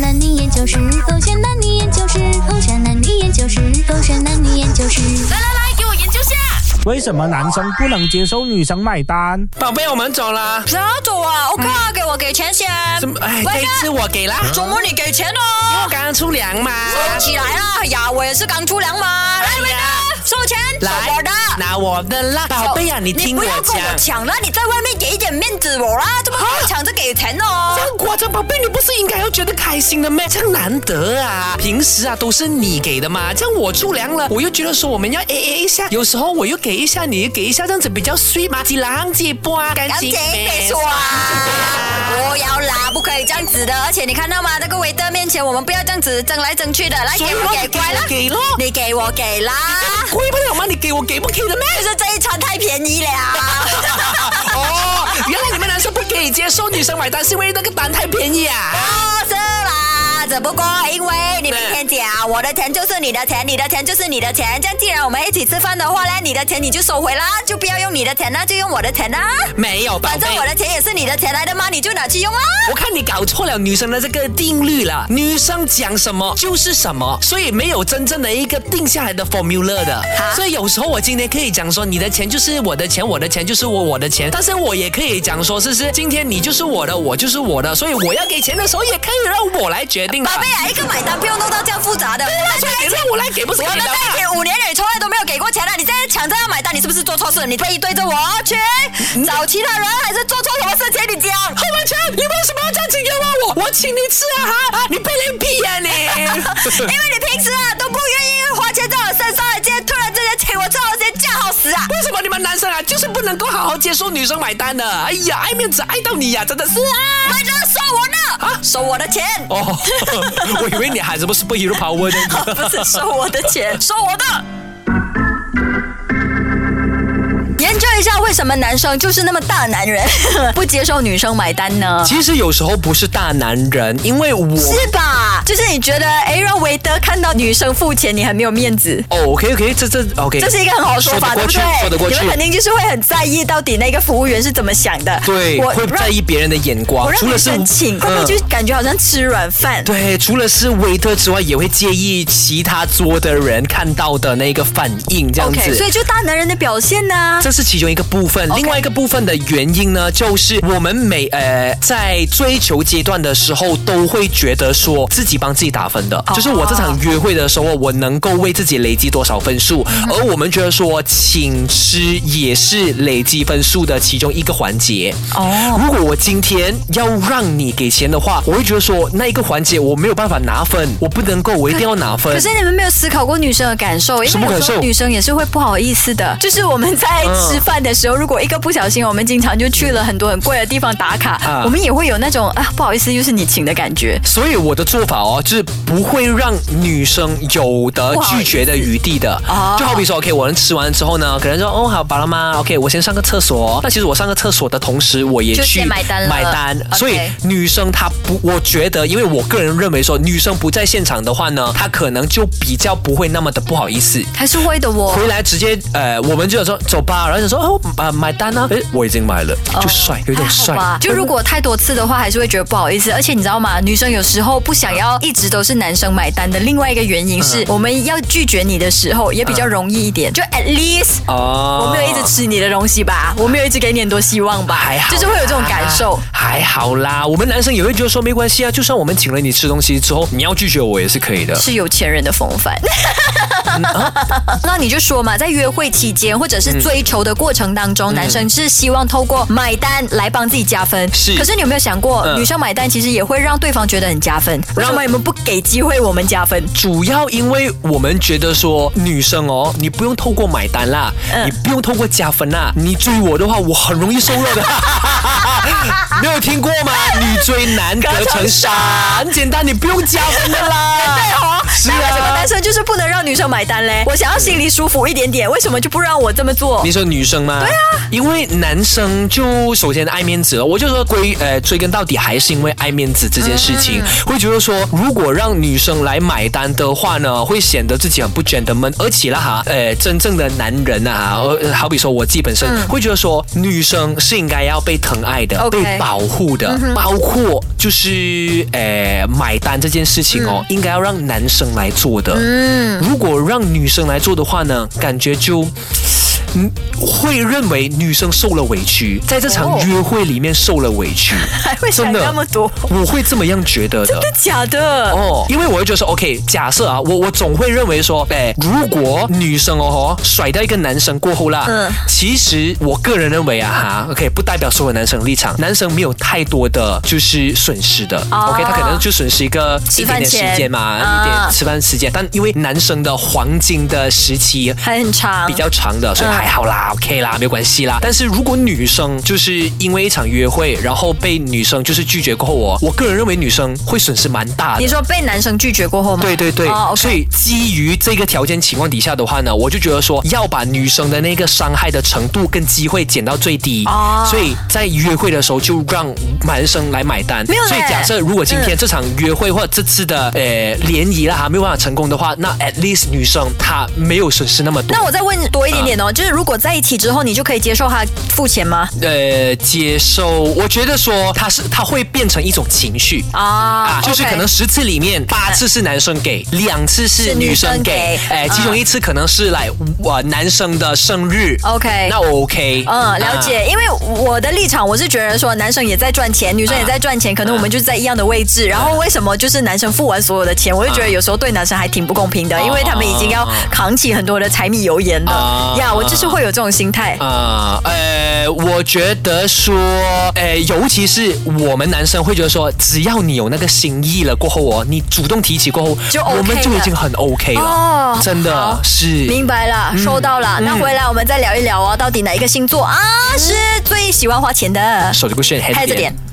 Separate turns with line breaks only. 男女研究室，狗血男女研究室，狗血男女研究室，狗血男女研究室。
来来来，给我研究下。
为什么男生不能接受女生买单？
宝贝，我们走了。
啥走啊？OK，啊给我给钱先。
什么？哎，
喂
这一次我给啦，
周末你给钱哦
我。刚刚出粮嘛。
收起来啦！哎呀，我也是刚出粮嘛。来，
哎
伟
呀
哥，收钱，收
来，
我的。
拿我的啦，宝贝啊，你听
不要跟我
讲。
抢了，你在外面给一点面子我啦，这么跟我抢着给钱哦。
张国珍宝贝，你不是应该要觉得开心的咩？这样难得啊！平时啊都是你给的嘛，这样我出粮了，我又觉得说我们要 A A 一下，有时候我又给一下，你又给一下，这样子比较 sweet 嘛，几郎几波啊，感
赶紧
情
别说啊！不要啦，不可以这样子的。而且你看到吗？那个韦德面前，我们不要这样子争来争去的。来，给
所以
我
咯
给，乖啦
你，给我给咯
你啊给我给啦。
贵不了吗？你给我给不给的咩？
就是这一餐太便宜了。
哦，原来你们男生不可以接受女生买单，是因为那个单太便宜啊？
不是啦，只不过因为你明天讲我的钱就是你的钱，你的钱就是你的钱。这样既然我们一起吃饭的话呢，你的钱你就收回啦，就不要用你的钱啦，就用我的钱啦。
没有，宝
反
贝
正。我的钱也是你的钱来的嘛，你就拿去用啦。
我看你搞错了女生的这个定律了，女生讲什么就是什么，所以没有真正的一个定下来的 formula 的
哈。
所以有时候我今天可以讲说你的钱就是我的钱，我的钱就是我我的钱，但是我也可以讲说，是是今天你就是我的，我就是我的，所以我要给钱的时候也可以让我来决定的
宝。贝啊，一个买单不用弄到这样复杂的。我们在一
给
起
了我来给不是
我
给
们
的啊
在一起五年了，你从来都没有给过钱了，你现在抢着要买单，你是不是做错事？你背对着我去找其他人，还是做错什么事情？你讲。
后门权，你为什么要这样子冤枉我？我请你吃啊哈！啊你被人逼呀、
因
你！
为你平时啊都不愿意花钱在我身上，今天突然之间请我吃好些架好死啊！
为什么你们男生啊，就是不能够好好接受女生买单呢？哎呀，爱面子爱到你呀、真的是啊！
来人收我的，
啊
收我的钱，
哦， 我以为你喊什么 superhero power 呢。
不是收我的钱，收我的。研究一下为什么男生就是那么大男人， 不接受女生买单呢？
其实有时候不是大男人，因为我。
是吧？就是你觉得，哎，让韦德看到女生付钱，你很没有面子。
哦，OK OK，这这 OK，
这是一个很好的说法，
说得过去
对不对？
说得过去
你们肯定就是会很在意到底那个服务员是怎么想的。
对，
我
会
让
在意别人的眼光
我，让
哦除
女
了是
生请，会不会
嗯
就感觉好像吃软饭？
对，除了是维特之外，也会介意其他桌的人看到的那个反应，这样子。
，OK，所以就大男人的表现呢？
这是其中一个部分，另外一个部分的原因呢，就是我们每呃在追求阶段的时候，都会觉得说自己帮自己打分的，
哦
就是我这场约会的时候，我能够为自己累积多少分数，
嗯
而我们觉得说请吃也是累积分数的其中一个环节。
哦
如果我今天要让你给钱的话，我会觉得说那一个环节我没有办法拿分，我不能够，我一定要拿分
可。是你们没有思考过女生的感受，因
什
为
么感
有时候
受嗯
女生也是会不好意思的。就是我们在吃饭的时候，如果一个不小心，我们经常就去了很多很贵的地方打卡，
啊
我们也会有那种啊不好意思，又是你请的感觉。
所以我的做法哦，就是不会让女生有的拒绝的余地的
哦。
就好比说，OK，我们吃完之后呢，可能说，哦，好，饱了吗？OK，我先上个厕所。哦那其实我上个厕所的同时，我也
就
去
先买单了
买单
OK
所以女生她不，我觉得，因为我个人认为说，女生不在现场的话呢，她可能就比较不会那么的不好意思。
还是会的哦。
回来直接呃，我们就有说走吧，然后就说哦，呃，买单啊，诶，我已经买了，就帅，有点帅
还哦啊好吧，就如
果。
果太多次的话，还是会觉得不好意思。而且你知道吗？女生有时候不想要一直都是男生买单的。另外一个原因
嗯
是，我们要拒绝你的时候也比较容易一点，就 at least。
哦
我没有一直吃你的东西吧，我没有一直给你很多希望吧，
还好啦，
就是会有这种感受。
还好啦，我们男生也会觉得说没关系啊，就算我们请了你吃东西之后，你要拒绝我也是可以的。
是有钱人的风范。嗯哦 那你就说嘛，在约会期间或者是追求的过程当中，男生是希望透过买单来帮自己加分。
是
可是你有没有想过，
嗯
女生买单其实也会让对方觉得很加分？为什么你们不给机会我们加分？
主要因为我们觉得说女生哦，你不用透过买单啦，
嗯
你不用透过加分啦，你追我的话，我很容易瘦肉 的。没有听过吗？女追男 隔层纱，很简单，你不用加分的啦。对哦，是
哎那为什么
啊
男。生就是不能让女生买单嘞？我想要心里舒服一点点，为什么就不让我这么做
你？说女生吗？对啊，因为男生就首先爱面子了，我就说归呃追根到底还是因为爱面子这件事情，会觉得说如果让女生来买单的话呢，会显得自己很不 gentleman，而且啦哈，呃真正的男人啊，呃好比说我自己本身、会觉得说女生是应该要被疼爱的
OK
嗯被保护的，包括就是呃买单这件事情哦，应该要让男生来做的。嗯，如果让女生来做的话呢，感觉就。嗯，会认为女生受了委屈，在这场
哦
约会里面受了委屈，
还会 想
真的
那么多？
我会这么样觉得的。
假的？
哦，因为我会觉得说，OK，假设啊，我我总会认为说，哎，如果女生哦吼甩掉一个男生过后啦，
嗯
其实我个人认为啊，哈，OK，不代表所有男生立场，男生没有太多的就是损失的、
哦
o k 他可能就损失一个
吃
一点
饭
点时
钱
间嘛，
啊
一点吃饭时间，但因为男生的黄金的时期。
还很长，
比较长的，所以
嗯
还好啦、o k 啦，没有关系啦。但是如果女生就是因为一场约会，然后被女生就是拒绝过后哦，我个人认为女生会损失蛮大的。
你说被男生拒绝过后吗？
对对对，
哦
所
，OK，
以基于这个条件情况底下的话呢，我就觉得说要把女生的那个伤害的程度跟机会减到最低，
哦
所以在约会的时候就让男生来买单。
没有嘞
所以假设如果今天这场约会或者这次的呃联谊啦哈没有办法成功的话，那 at least 女生她没有损失那么多
那。我再问多一点点哦，
啊
就是如果在一起之后，你就可以接受他付钱吗？
呃，接受，我觉得说她是她会变成一种情绪。
啊嗯
啊，就是可能十次里面八次是男生给，两次是
是
女生给
女生，给嗯
哎，其中一次可能是来我男生的生日
OK
那我 OK，
哦嗯，了解、
啊。
因为我的立场，我是觉得说，男生也在赚钱，女生也在赚钱，
啊
可能我们就是在一样的位置。然后为什么就是男生付完所有的钱，我就觉得有时候对男生还挺不公平的，因为他们已经要扛起很多的柴米油盐的
啊
呀。我就是会有这种心态。
啊，呃，我觉得说，呃，尤其是我们男生会觉得说，只要你有那个心意了过后哦，你主动提起过后，
就 OK
我们就
了
已经很 OK 了，
哦
真的
好
是。
明白
嗯
了，收到了。那回来我们再聊一聊哦，到底哪一个星座啊是最喜欢花钱的？
手机故事 h
拍
a
着脸。